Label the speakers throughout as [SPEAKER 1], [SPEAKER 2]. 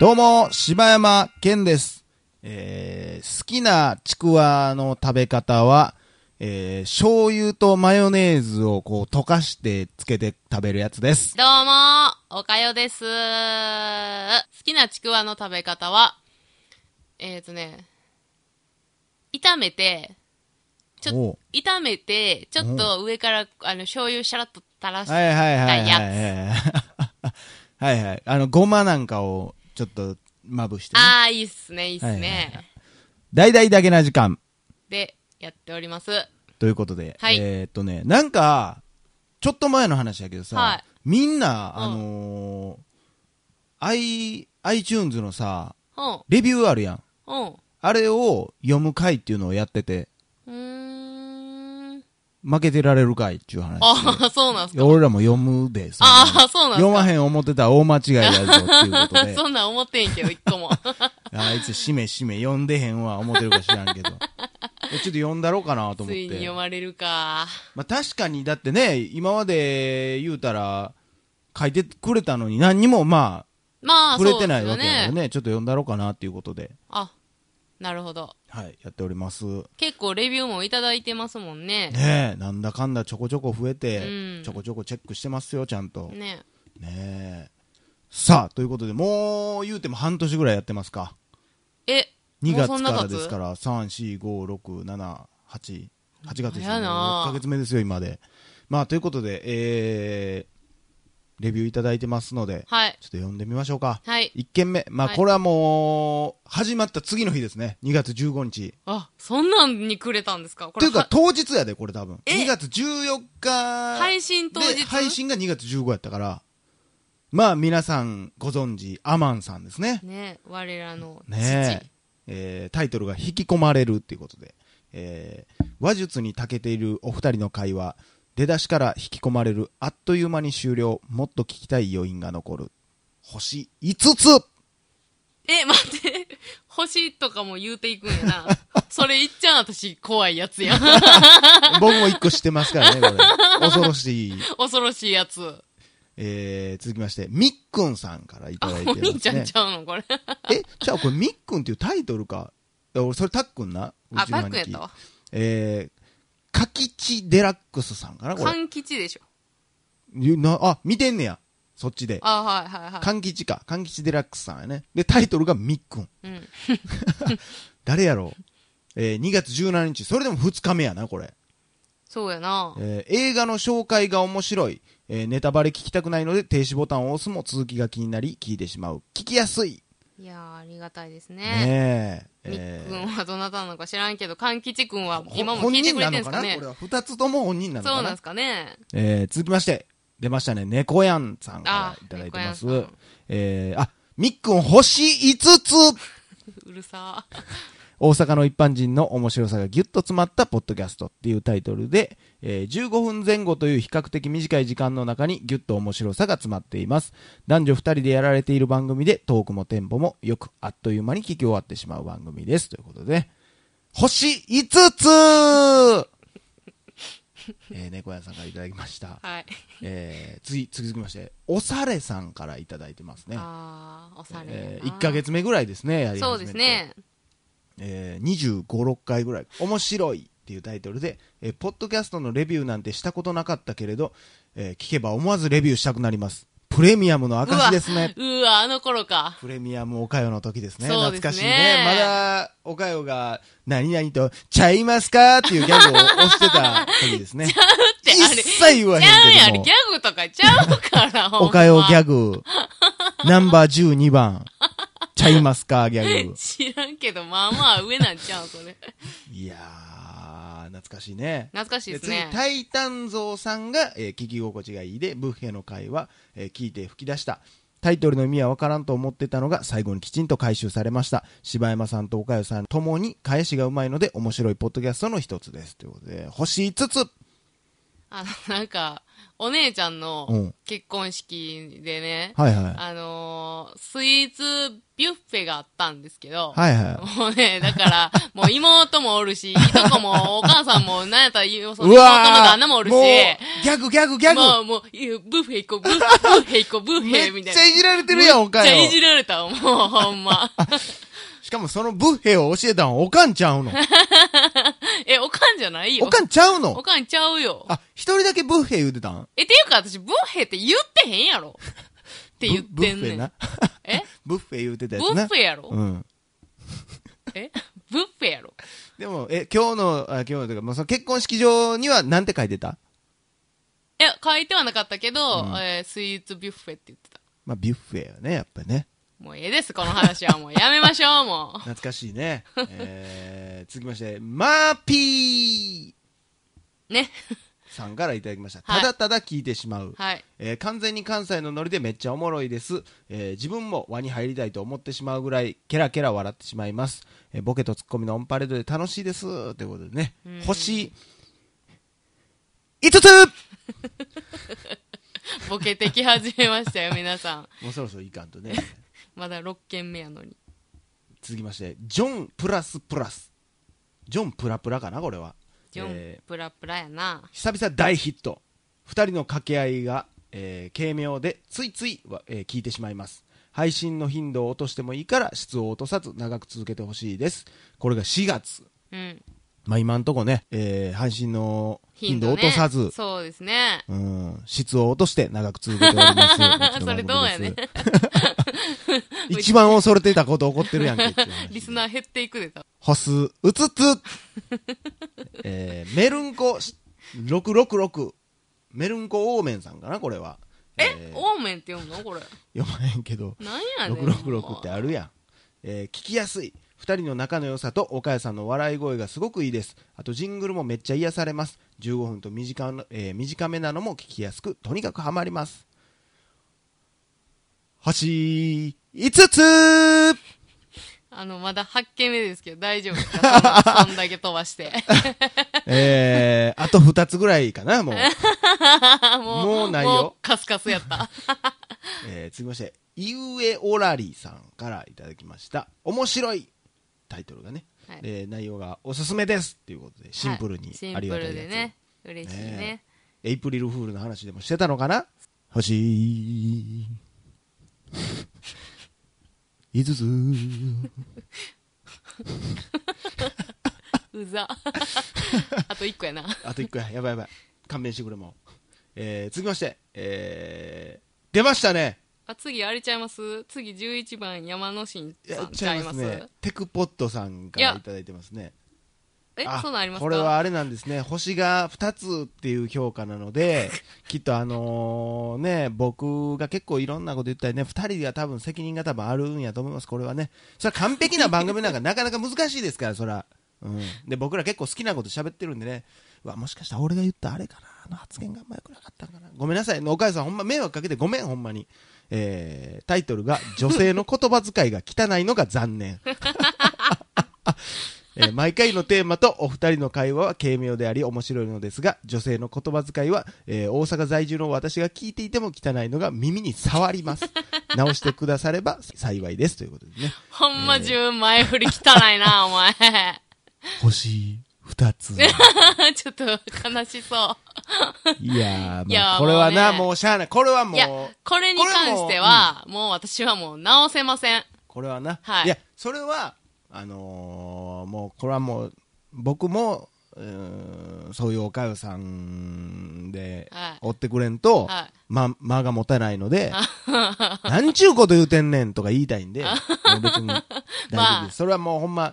[SPEAKER 1] どうも、柴山健です。えー、好きなちくわの食べ方は、えー、醤油とマヨネーズをこう溶かしてつけて食べるやつです。
[SPEAKER 2] どうも、おかよです。好きなちくわの食べ方は、えっ、ー、とね、炒めて、ち
[SPEAKER 1] おう
[SPEAKER 2] ょ炒めて、ちょっと上から、あの、醤油シャラッと垂らした
[SPEAKER 1] はいはいはいはい
[SPEAKER 2] やつ。
[SPEAKER 1] はい。はいはい。あの、ごまなんかをちょっとまぶして、ね。
[SPEAKER 2] ああ、いいっすね、いいっすね。
[SPEAKER 1] はい大々だけな時間。
[SPEAKER 2] で、やっております。
[SPEAKER 1] ということで。
[SPEAKER 2] はい
[SPEAKER 1] えーっとね、なんか、ちょっと前の話やけどさ、
[SPEAKER 2] はい
[SPEAKER 1] みんな、
[SPEAKER 2] うん
[SPEAKER 1] あのー、i、iTunes のさ、
[SPEAKER 2] うん、
[SPEAKER 1] レビューあるやん。
[SPEAKER 2] うん。う
[SPEAKER 1] あれを読む回っていうのをやってて、
[SPEAKER 2] ーん。
[SPEAKER 1] 負けてられる回っていう話。
[SPEAKER 2] ああ、そうなんす
[SPEAKER 1] い
[SPEAKER 2] か。
[SPEAKER 1] や俺らも読むで、そんな
[SPEAKER 2] ああ、そうなんすか。
[SPEAKER 1] 読まへん思ってたら大間違いやぞっていうことで
[SPEAKER 2] そ、んなん思ってんけど、一 個も。
[SPEAKER 1] あいつしめしめ読んでへんわ思ってるか知らん けど。えちょっと読んだろうかなと思っ
[SPEAKER 2] ついに
[SPEAKER 1] て
[SPEAKER 2] 読。まれるか。
[SPEAKER 1] まあ確かに、だってね、今まで言うたら、書いてくれたのに何にもま
[SPEAKER 2] ま
[SPEAKER 1] あ、
[SPEAKER 2] あ、
[SPEAKER 1] 触れてない
[SPEAKER 2] そう
[SPEAKER 1] わ
[SPEAKER 2] で
[SPEAKER 1] け
[SPEAKER 2] すよ
[SPEAKER 1] やから
[SPEAKER 2] ね。
[SPEAKER 1] ね、ちょっと読んだろうかなっていうことで、
[SPEAKER 2] あ、なるほど。
[SPEAKER 1] はい、やっております。
[SPEAKER 2] 結構レビューもいただいてますもんね。
[SPEAKER 1] ねえ、なんだかんだちょこちょこ増え
[SPEAKER 2] う
[SPEAKER 1] て、
[SPEAKER 2] ん
[SPEAKER 1] ちょこちょこチェックしてますよ、ちゃんと。
[SPEAKER 2] ね。
[SPEAKER 1] ねえ。さあ、ということで、もう言うても半年ぐらいやってますか。
[SPEAKER 2] え、
[SPEAKER 1] 2
[SPEAKER 2] もう
[SPEAKER 1] 月
[SPEAKER 2] そん
[SPEAKER 1] か
[SPEAKER 2] な
[SPEAKER 1] ら
[SPEAKER 2] 経つ
[SPEAKER 1] ですから、3、4、5、6、7、8、8月ですね。
[SPEAKER 2] 早いなあ
[SPEAKER 1] 6ヶ月目ですよ、今で。まあ、ということで、えー、レビューいただいてますので、
[SPEAKER 2] はい。
[SPEAKER 1] ちょっと読んでみましょうか。
[SPEAKER 2] はい。
[SPEAKER 1] 1件目。まあ、
[SPEAKER 2] はい
[SPEAKER 1] これはもう、始まった次の日ですね。2月15日。
[SPEAKER 2] あ、そんなんにくれたんですかこ
[SPEAKER 1] い
[SPEAKER 2] とれ。
[SPEAKER 1] うか
[SPEAKER 2] は、
[SPEAKER 1] 当日やで、これ多分。
[SPEAKER 2] え
[SPEAKER 1] 2月14日。
[SPEAKER 2] 配信当日
[SPEAKER 1] で配信が2月15やったからまあ皆さんご存知アマンさんですね
[SPEAKER 2] ね、我らの父。
[SPEAKER 1] ねええータイトルが「引き込まれる」っていうことで、えー話術に長けているお二人の会話出だしから引き込まれるあっという間に終了もっと聞きたい余韻が残る星5つ
[SPEAKER 2] え、待って。 星とかも言うていくんや な。それ言っちゃう私怖いやつやん。
[SPEAKER 1] 僕も1個知ってますからねこれ恐ろしい、
[SPEAKER 2] 恐ろしいやつ。
[SPEAKER 1] えー続きましてみっくんさんからいた
[SPEAKER 2] あ、
[SPEAKER 1] だいて
[SPEAKER 2] お
[SPEAKER 1] ます、ね、
[SPEAKER 2] 兄ちゃんちゃうのこれ。
[SPEAKER 1] え、じゃあこれみっくんっていうタイトルか。いや俺それたっくんな。
[SPEAKER 2] あ、
[SPEAKER 1] うちの兄
[SPEAKER 2] パック
[SPEAKER 1] 貴
[SPEAKER 2] やったわ。
[SPEAKER 1] えー、かきちデラックスさんかなこれ。
[SPEAKER 2] 勘吉でしょ。
[SPEAKER 1] ゆなあ、見てんねや。そっちで。
[SPEAKER 2] あ、はいはいは
[SPEAKER 1] かんきちか。かんきちデラックスさんやね。で、タイトルがみっくん。
[SPEAKER 2] い。うん。
[SPEAKER 1] 誰やろう。えー、2月17日。それでも2日目やな、これ。
[SPEAKER 2] そうやな。
[SPEAKER 1] えー映画の紹介が面白い。えーネタバレ聞きたくないので停止ボタンを押すも続きが気になり聞いてしまう。聞きやすい。
[SPEAKER 2] いやー、ありがたいですね。
[SPEAKER 1] ねえ。
[SPEAKER 2] みっ
[SPEAKER 1] えー
[SPEAKER 2] くんはどなたなのか知らんけど、勘吉くんは
[SPEAKER 1] ほ
[SPEAKER 2] 今も聞いてくれてんすか
[SPEAKER 1] 本人なの
[SPEAKER 2] ね
[SPEAKER 1] これ。は二つとも本人なの
[SPEAKER 2] そ
[SPEAKER 1] か
[SPEAKER 2] うなん
[SPEAKER 1] な
[SPEAKER 2] ですかね。
[SPEAKER 1] えー続きまして、出ましたね、猫やんさんからいただいてます
[SPEAKER 2] あ猫やんさん。
[SPEAKER 1] えーあ、みっくん星5つ
[SPEAKER 2] うるさ
[SPEAKER 1] 大阪の一般人の面白さがギュッと詰まったポッドキャストっていうタイトルで、えー15分前後という比較的短い時間の中にギュッと面白さが詰まっています。男女2人でやられている番組でトークもテンポもよくあっという間に聞き終わってしまう番組です。ということで、星5つ えー、猫屋さんからいただきました。
[SPEAKER 2] はい。
[SPEAKER 1] えー、次、続きまして、おされさんからいただいてますね。
[SPEAKER 2] ああ、おされやな、
[SPEAKER 1] えー、1ヶ月目ぐらいですね、やり始めて
[SPEAKER 2] そうです。ね。
[SPEAKER 1] えー、25、6回ぐらい。面白いっていうタイトルで、えーポッドキャストのレビューなんてしたことなかったけれど、えー聞けば思わずレビューしたくなります。プレミアムの
[SPEAKER 2] うわ
[SPEAKER 1] 証ですね。
[SPEAKER 2] うわ、あの頃か。
[SPEAKER 1] プレミアムおかよの時ですね。
[SPEAKER 2] そうですね
[SPEAKER 1] 懐かしいね。まだ、おかよが、何々と、ちゃいますかっていうギャグを押してた時です ね。
[SPEAKER 2] ってあれ
[SPEAKER 1] 一切言わへん
[SPEAKER 2] ちゃ
[SPEAKER 1] け
[SPEAKER 2] うやん、あ
[SPEAKER 1] ど
[SPEAKER 2] れ
[SPEAKER 1] も
[SPEAKER 2] ギ。ャグとかちゃ うから、ほんま
[SPEAKER 1] おかよギャグ。ナンバー12番。ちゃいますか、ギャ グ。
[SPEAKER 2] 知らんけど、まあまあ上なんちゃう、それ。
[SPEAKER 1] いやー、懐かしいね。
[SPEAKER 2] 懐かしいですね
[SPEAKER 1] 次、。タイタンゾウさんが、えー聞き心地がいいで、ブッフェの会は、えー聞いて吹き出した。タイトルの意味はわからんと思ってたのが最後にきちんと回収されました。柴山さんと岡代さんともに返しがうまいので面白いポッドキャストの一つです。ということで、星5つ
[SPEAKER 2] あの、なんか、お姉ちゃん
[SPEAKER 1] う
[SPEAKER 2] の
[SPEAKER 1] ん
[SPEAKER 2] 結婚式でね、
[SPEAKER 1] はいはい。
[SPEAKER 2] あのースイーツビュッフェがあったんですけど、
[SPEAKER 1] はいは
[SPEAKER 2] もうね、だから、 もう妹もおるし、いとこもお母さんも、なんやったら、そ
[SPEAKER 1] い。
[SPEAKER 2] の
[SPEAKER 1] う
[SPEAKER 2] 妹も
[SPEAKER 1] わー
[SPEAKER 2] 旦那もおるし
[SPEAKER 1] も、うギャグギャグギャグ
[SPEAKER 2] もう、もう、いやブッフェ行こう、ブッブッフェ行こう、ブッフ
[SPEAKER 1] め
[SPEAKER 2] ェみ
[SPEAKER 1] った
[SPEAKER 2] い
[SPEAKER 1] ち
[SPEAKER 2] な。
[SPEAKER 1] ゃいじられてるやん、おかん
[SPEAKER 2] めっ
[SPEAKER 1] よ
[SPEAKER 2] ちゃいじられた、もう、ほ んま。
[SPEAKER 1] しかもそのブッフェを教えたんはおかんちゃう の。
[SPEAKER 2] え、おかんじゃないよ。
[SPEAKER 1] おかんちゃう
[SPEAKER 2] お
[SPEAKER 1] の
[SPEAKER 2] かんちゃうよ。
[SPEAKER 1] あ、一人だけブッフェ言うてたん
[SPEAKER 2] え、っていうか私、ブッフェって言ってへんやろ。って言ってん
[SPEAKER 1] ブブッフ
[SPEAKER 2] ね
[SPEAKER 1] ェ
[SPEAKER 2] ん
[SPEAKER 1] な。。
[SPEAKER 2] え
[SPEAKER 1] ブッフェ言うてた
[SPEAKER 2] ブ
[SPEAKER 1] やつ
[SPEAKER 2] ッ
[SPEAKER 1] な。
[SPEAKER 2] フェやろ
[SPEAKER 1] うん。
[SPEAKER 2] えブッフェやろ
[SPEAKER 1] でも、え、今日の、あ今日のというか、まあ、その結婚式場にはなんて書いてた
[SPEAKER 2] え、書いてはなかったけど、
[SPEAKER 1] うん
[SPEAKER 2] えースイーツビュッフェって言ってた。
[SPEAKER 1] まあ、ビュッフェよね、やっぱりね。
[SPEAKER 2] もうええです、この話は。もうやめましょう、もう。
[SPEAKER 1] 懐かしい ね。えー、続きまして、マーピ
[SPEAKER 2] ね。
[SPEAKER 1] ーさんからいただきました。
[SPEAKER 2] はい
[SPEAKER 1] ただただ聞いてしまう。
[SPEAKER 2] はい。
[SPEAKER 1] えー完全に関西のノリでめっちゃおもろいです、えー自分も輪に入りたいと思ってしまうぐらいケラケラ笑ってしまいます、えーボケとツッコミのオンパレードで楽しいですということでね
[SPEAKER 2] うん
[SPEAKER 1] 星5つ
[SPEAKER 2] ボケてき始めましたよ、皆さん。
[SPEAKER 1] もうそろそろいかんとね
[SPEAKER 2] まだ6件目やのに。
[SPEAKER 1] 続きましてジョンプラスプラスジョンプラプラかなこれは
[SPEAKER 2] ジョ
[SPEAKER 1] え
[SPEAKER 2] ンプラプラやな。
[SPEAKER 1] ー久々大ヒット2人の掛け合いが、えー軽妙でついついは、えー聞いてしまいます配信の頻度を落としてもいいから質を落とさず長く続けてほしいですこれが4月
[SPEAKER 2] うん。
[SPEAKER 1] まあ、今んとこね、えー配信の頻度を落とさず、
[SPEAKER 2] ね、そうですね。
[SPEAKER 1] うん、質を落として長く続けております。うちの番組です
[SPEAKER 2] それどうやね
[SPEAKER 1] 一番恐れてたこと起こってるやんけっていう話。
[SPEAKER 2] リスナー減っていくでさ。
[SPEAKER 1] ホス、うつつ、えーメルンコ666、メルンコオーメンさんかな、これは。
[SPEAKER 2] え、オーメンって読むのこれ。
[SPEAKER 1] 読まへんけど、
[SPEAKER 2] なんやねん。
[SPEAKER 1] 666ってあるやん、えー聞きやすい2人の仲の良さと岡谷さんの笑い声がすごくいいですあとジングルもめっちゃ癒されます15分と短な、えー短めなのも聞きやすくとにかくハマります星5つ
[SPEAKER 2] あの、まだ8件目ですけど、大丈夫です かそんそんだけ飛ばして。
[SPEAKER 1] えー、あと2つぐらいかなもう、
[SPEAKER 2] も
[SPEAKER 1] もうないよ
[SPEAKER 2] カスカスやった。
[SPEAKER 1] えー、続きまして井上オラリさんからいただきました面白いタイトルがね、
[SPEAKER 2] はい
[SPEAKER 1] で内容がおすすめですっていうことで シンプルに
[SPEAKER 2] はいシン
[SPEAKER 1] あ
[SPEAKER 2] プ
[SPEAKER 1] りがたいやつ、
[SPEAKER 2] ルでね。嬉しいね
[SPEAKER 1] ね。エイプリルフールの話でもしてたのかな 星5つ
[SPEAKER 2] うざ。あと1個やな。
[SPEAKER 1] あと1個ややばいやばい勘弁してくれもう、えー、続きまして、えー、出ましたね
[SPEAKER 2] あ、次あれちゃいます次11番山野新
[SPEAKER 1] いや
[SPEAKER 2] さんち
[SPEAKER 1] ちゃ
[SPEAKER 2] ゃい
[SPEAKER 1] いま
[SPEAKER 2] ま
[SPEAKER 1] すすねテクポットさんからいただいてますね
[SPEAKER 2] え、そうなんありますか
[SPEAKER 1] これはあれなんですね星が2つっていう評価なの できっとあのね僕が結構いろんなこと言ったりね2人が多分責任が多分あるんやと思いますこれはねそれは完璧な番組なんかなかなか難しいですからそら、うん、で僕ら結構好きなこと喋ってるんでねうわもしかしたら俺が言ったあれかなあの発言があんま良くなかったんかなごめんなさいお母さんほんま迷惑かけてごめんほんまにえー、タイトルが「女性の言葉遣いが汚いのが残念」えー毎回のテーマとお二人の会話は軽妙であり面白いのですが女性の言葉遣いは、えー大阪在住の私が聞いていても汚いのが耳に触り ます直してくだされば幸いですということでね
[SPEAKER 2] ほんま自分前振り汚い な、お前。
[SPEAKER 1] 星二つ
[SPEAKER 2] ちょっと悲しそ
[SPEAKER 1] いやー、まあ、
[SPEAKER 2] いやー
[SPEAKER 1] これはな
[SPEAKER 2] もうね
[SPEAKER 1] もうしゃあないこれは
[SPEAKER 2] う。
[SPEAKER 1] も
[SPEAKER 2] いうや、これに関しては、もう私はもう直せません。
[SPEAKER 1] これはな、
[SPEAKER 2] はい
[SPEAKER 1] やそれはあのーもうこれはもう僕もうーんそういうおかよさんで
[SPEAKER 2] はい
[SPEAKER 1] 追ってくれんと、
[SPEAKER 2] はい
[SPEAKER 1] ま、間が持たないの でなんちゅうこと言うてんねんとか言いたいんでもう別に大丈夫です、
[SPEAKER 2] まあ
[SPEAKER 1] それはもうほんま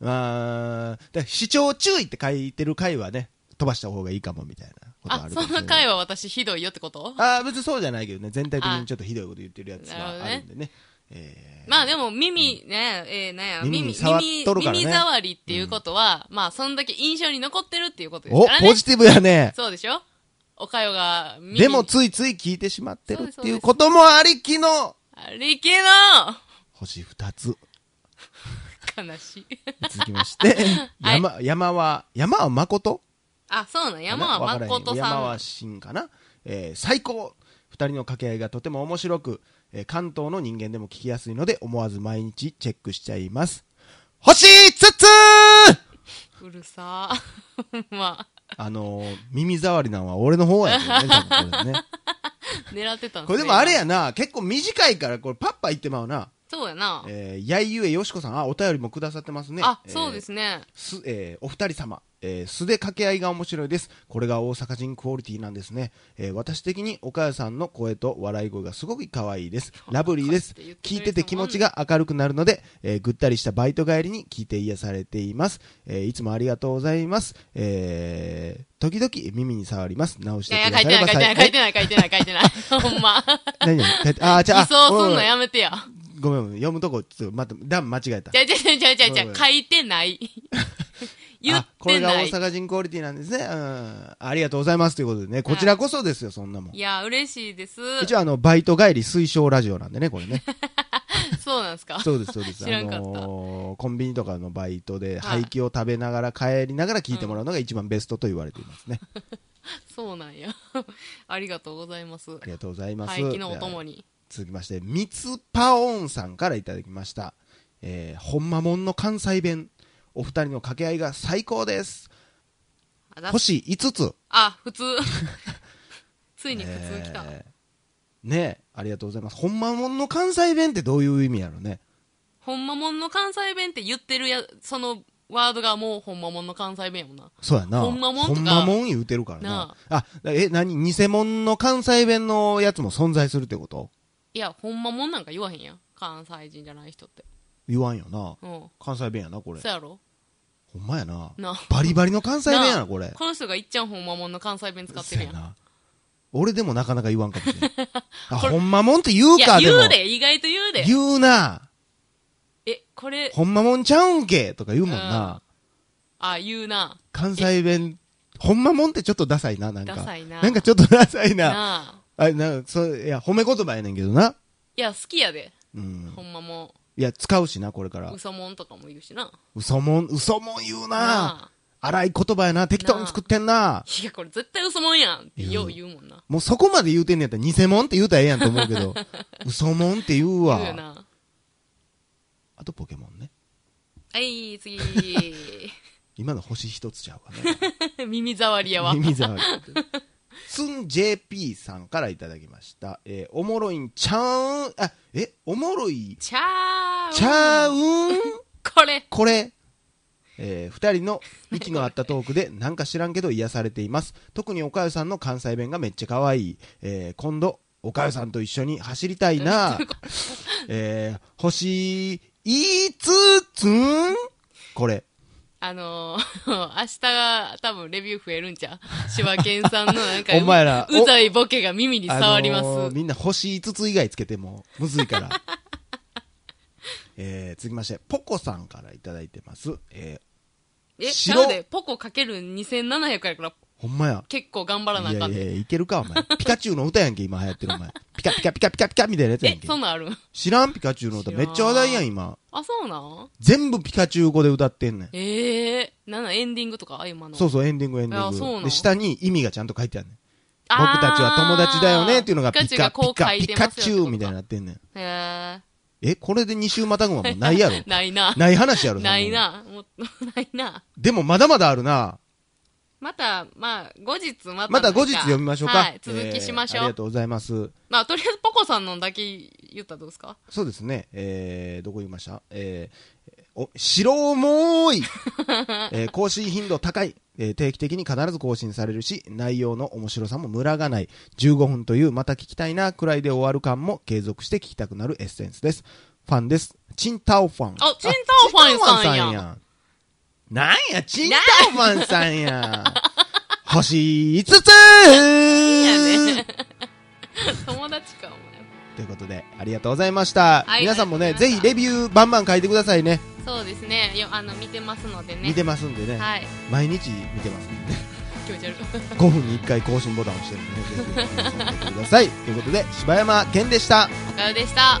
[SPEAKER 1] あーだから視聴注意って書いてる回はね飛ばした方がいいかもみたいなことは
[SPEAKER 2] あ、
[SPEAKER 1] るか
[SPEAKER 2] そ
[SPEAKER 1] もしれない
[SPEAKER 2] の回は私ひどいよってこと
[SPEAKER 1] あー別にそうじゃないけどね全体的にちょっとひどいこと言ってるやつ
[SPEAKER 2] あなる
[SPEAKER 1] が
[SPEAKER 2] ほどね
[SPEAKER 1] あるんでねえー
[SPEAKER 2] まあでも耳、ね、えー、なんや、
[SPEAKER 1] 耳
[SPEAKER 2] 耳、
[SPEAKER 1] に触っとるからね
[SPEAKER 2] 耳障りっていうことは、まあそんだけ印象に残ってるっていうことです
[SPEAKER 1] お
[SPEAKER 2] から、ね。
[SPEAKER 1] ポジティブやね。
[SPEAKER 2] そうでしょおかよが耳に、
[SPEAKER 1] でもついつい聞いてしまってるっていうこともありきの、
[SPEAKER 2] あれいけの
[SPEAKER 1] 星二つ。
[SPEAKER 2] 悲しい。
[SPEAKER 1] 続きまして、
[SPEAKER 2] はい
[SPEAKER 1] 山、山は、山は誠
[SPEAKER 2] あ、そうなん。山は
[SPEAKER 1] わからへん
[SPEAKER 2] 誠さん。
[SPEAKER 1] 山は真かな、えー最高二人の掛け合いがとても面白く、えー関東の人間でも聞きやすいので思わず毎日チェックしちゃいます星つつ
[SPEAKER 2] うるさ ー。ま
[SPEAKER 1] あのー耳障りなんは俺の方やけどね多分こ れね
[SPEAKER 2] あ、狙ってたんすね
[SPEAKER 1] これでもあれ。やな結構短いからこれパッパ言ってまうな、
[SPEAKER 2] そうやな。
[SPEAKER 1] えー、やいゆえよしこさんあお便りもくださってますね
[SPEAKER 2] あ、
[SPEAKER 1] えー
[SPEAKER 2] そうですね。
[SPEAKER 1] す、えーお二人様、えー素で掛け合いが面白いです。これが大阪人クオリティなんですね。えー私的に岡谷さんの声と笑い声がすごく可愛いです。ラブリーです。聞いてて気持ちが明るくなるので、えーぐったりしたバイト帰りに聞いて癒されています。えーいつもありがとうございます。えー時々耳に触ります。直し
[SPEAKER 2] い
[SPEAKER 1] て
[SPEAKER 2] や
[SPEAKER 1] くだ
[SPEAKER 2] いや、書い
[SPEAKER 1] され
[SPEAKER 2] てな
[SPEAKER 1] ば
[SPEAKER 2] い、書いてない、書いてない、書いてない、書いてない。 ほんま。
[SPEAKER 1] え何何書いてあー、じゃあ、
[SPEAKER 2] 偽装すんの
[SPEAKER 1] あ
[SPEAKER 2] やめてや。
[SPEAKER 1] うんごめんごめん、読むとこ、ちょっと待って、段間違えた
[SPEAKER 2] じ。ゃじゃじゃじゃじゃじ
[SPEAKER 1] ごめんごめ
[SPEAKER 2] ゃ、
[SPEAKER 1] ん
[SPEAKER 2] 書い てない。言
[SPEAKER 1] あ
[SPEAKER 2] っ
[SPEAKER 1] これ
[SPEAKER 2] て
[SPEAKER 1] が
[SPEAKER 2] な
[SPEAKER 1] 大
[SPEAKER 2] い。
[SPEAKER 1] 阪人クオリティなんですね。うん。ありがとうございますということでね、こちらこそですよ、そんなもん
[SPEAKER 2] い。や、嬉しいです。
[SPEAKER 1] 一応、あの、バイト帰り推奨ラジオなんでね、これ ね。
[SPEAKER 2] そうなんですか
[SPEAKER 1] そうです、そうです。
[SPEAKER 2] 知らんかった
[SPEAKER 1] のーコンビニとかのバイトで、
[SPEAKER 2] はい
[SPEAKER 1] 廃棄を食べながら、帰りながら聞いてもらうのが一番ベストと言われていますね。
[SPEAKER 2] そうなんや。 ありがとうございます。
[SPEAKER 1] ありがとうございます。
[SPEAKER 2] はい、昨日おとも
[SPEAKER 1] では
[SPEAKER 2] に。
[SPEAKER 1] 続きまして、みつぱおんさんからいただきました。えー、ほんまもんの関西弁。お二人の掛け合いが最高です。
[SPEAKER 2] あ、だ
[SPEAKER 1] 星5つ。
[SPEAKER 2] あ、 普通。ついに普通来た。
[SPEAKER 1] えーねえありがとうございます。ほんまもんの関西弁ってどういう意味やろね。
[SPEAKER 2] ほんまもんの関西弁って言ってるや、そのワードがもうほんまもんの関西弁やもんな。
[SPEAKER 1] そうやな。
[SPEAKER 2] ほんまもんとか
[SPEAKER 1] ほんまもん言うてるからな
[SPEAKER 2] な。
[SPEAKER 1] あ、え、何偽物の関西弁のやつも存在するってこと
[SPEAKER 2] いや、ほんまもんなんか言わへんやん。関西人じゃない人って。
[SPEAKER 1] 言わんよな。
[SPEAKER 2] うん。
[SPEAKER 1] 関西弁やな、これ
[SPEAKER 2] そ。やろ
[SPEAKER 1] ほんまやな。
[SPEAKER 2] なあ
[SPEAKER 1] バリバリの関西弁やな、これ。
[SPEAKER 2] この人がいっちゃんほんまもんの関西弁使ってるやん。
[SPEAKER 1] そうな。俺でもなかなか言わんかも しれん。あ、ほんまもんって言う
[SPEAKER 2] いや、
[SPEAKER 1] か、でも
[SPEAKER 2] 言。うで、意外と言うで。
[SPEAKER 1] 言うな。
[SPEAKER 2] え、これ、
[SPEAKER 1] ほんまもんちゃうんけとか言うもんな。
[SPEAKER 2] あ、言うな。
[SPEAKER 1] 関西弁、ほんまもんってちょっとダサいな、なんか。
[SPEAKER 2] ダサいな
[SPEAKER 1] なんかちょっとダサいな。
[SPEAKER 2] なあ。
[SPEAKER 1] あ、なんか、そう、いや、褒め言葉やねんけどな。
[SPEAKER 2] いや、好きやで。
[SPEAKER 1] うん。
[SPEAKER 2] ほんまも
[SPEAKER 1] いや、使うしな、これから
[SPEAKER 2] ん、。嘘もんとかも言うしな。
[SPEAKER 1] 嘘もん、嘘もん言うな。
[SPEAKER 2] なあ
[SPEAKER 1] 荒い言葉やな。適当に作ってんな。
[SPEAKER 2] いや、これ絶対嘘もんやんってよう言うもんな。
[SPEAKER 1] もうそこまで言うてんねやったら偽物って言うたらええやんと思うけ ど。嘘もんって言う
[SPEAKER 2] 言うよ
[SPEAKER 1] わ。
[SPEAKER 2] な。
[SPEAKER 1] あとポケモンね。
[SPEAKER 2] は い、次。
[SPEAKER 1] 今の星一つちゃうわね。
[SPEAKER 2] 耳障りやわ。
[SPEAKER 1] 耳障り。スン JP さんからいただきました。えーおもろいんちゃーん。あ、え、おもろい
[SPEAKER 2] ちゃー
[SPEAKER 1] ちゃ
[SPEAKER 2] う。
[SPEAKER 1] うん
[SPEAKER 2] これ。
[SPEAKER 1] これ、えー二人の息の合ったトークで、なんか知らんけど癒されています。特におかゆさんの関西弁がめっちゃ可愛い。えー今度、おかゆさんと一緒に走りたいな。えー星、いつつんこれ。
[SPEAKER 2] あのー、 明日が多分レビュー増えるんちゃう柴犬さんのなんか、
[SPEAKER 1] お前ら
[SPEAKER 2] ううざいボケが耳に触ります。
[SPEAKER 1] あのーみんな星5つ以外つけてもむずいから。 えー続きまして、ポコさんからいただいてます。え
[SPEAKER 2] え、ち
[SPEAKER 1] 白
[SPEAKER 2] ゃうで、ポコかける2700やから
[SPEAKER 1] ーほんまや。
[SPEAKER 2] 結構頑張らないあか
[SPEAKER 1] や
[SPEAKER 2] ん
[SPEAKER 1] い
[SPEAKER 2] で。
[SPEAKER 1] や、いけるか、お前。ピカチュウの歌やんけ、今流行ってる、お前。ピカピカピカピカピカみたいなやつやん
[SPEAKER 2] え
[SPEAKER 1] け、。
[SPEAKER 2] そんなんある
[SPEAKER 1] 知らんピカチュウの歌
[SPEAKER 2] 知
[SPEAKER 1] め
[SPEAKER 2] らん
[SPEAKER 1] っちゃ話題やん今
[SPEAKER 2] あ、そうなん
[SPEAKER 1] 全部ピカチュウ語で歌ってんねん
[SPEAKER 2] ええー、なんなんエンディングとかあ、今の。
[SPEAKER 1] そうそうエンディングエンディ
[SPEAKER 2] あそう
[SPEAKER 1] ン
[SPEAKER 2] な
[SPEAKER 1] グ
[SPEAKER 2] ん
[SPEAKER 1] で下に意味がちゃんと書いてあるねん
[SPEAKER 2] あー
[SPEAKER 1] 僕たちは友達だよねっていうのがピ
[SPEAKER 2] ピカチュウ
[SPEAKER 1] カ
[SPEAKER 2] がこ
[SPEAKER 1] ピ
[SPEAKER 2] う書
[SPEAKER 1] カ
[SPEAKER 2] い
[SPEAKER 1] ピ
[SPEAKER 2] て
[SPEAKER 1] カ
[SPEAKER 2] ますよ
[SPEAKER 1] チュウみたいになってんねん
[SPEAKER 2] へ
[SPEAKER 1] えこれで二週またぐんはもうないやろ
[SPEAKER 2] え ないな。
[SPEAKER 1] ない話やろそんもん
[SPEAKER 2] ないな。もっと、 ないな。
[SPEAKER 1] でもまだまだあるな
[SPEAKER 2] また、まあ、後日また。
[SPEAKER 1] また後日読みましょうか、
[SPEAKER 2] はい、続きしまし
[SPEAKER 1] えー
[SPEAKER 2] ょ
[SPEAKER 1] あ
[SPEAKER 2] う。
[SPEAKER 1] りがとうございます
[SPEAKER 2] まあ、とりあえず、ポコさんのだけ言ったらどうですか
[SPEAKER 1] そうですねえー、どこ言いましたえー、お白もー いえー更新頻度高い、えー定期的に必ず更新されるし内容の面白さもムラがない15分というまた聞きたいなくらいで終わる感も継続して聞きたくなるエッセンスですファンですチンタオファン
[SPEAKER 2] あチンタオファンさ
[SPEAKER 1] チンタオファン
[SPEAKER 2] んや
[SPEAKER 1] んなんやチンタオファンさん や星5つ
[SPEAKER 2] やね 友達か、お前。
[SPEAKER 1] ということでありがとうございました、
[SPEAKER 2] はい
[SPEAKER 1] 皆さんもね
[SPEAKER 2] ありがと
[SPEAKER 1] ぜ
[SPEAKER 2] うござい
[SPEAKER 1] ひ
[SPEAKER 2] ました
[SPEAKER 1] レビューバンバン書いてくださいね
[SPEAKER 2] そうですね。よ、あの、見てますのでね。
[SPEAKER 1] 見てますんでね、
[SPEAKER 2] はい。
[SPEAKER 1] 毎日見てますんでね
[SPEAKER 2] 気持ち悪い。
[SPEAKER 1] 5分に1回更新ボタンを押してるんでね、ぜひ皆さんやってください。ということで、柴山健でした。
[SPEAKER 2] おかよでした。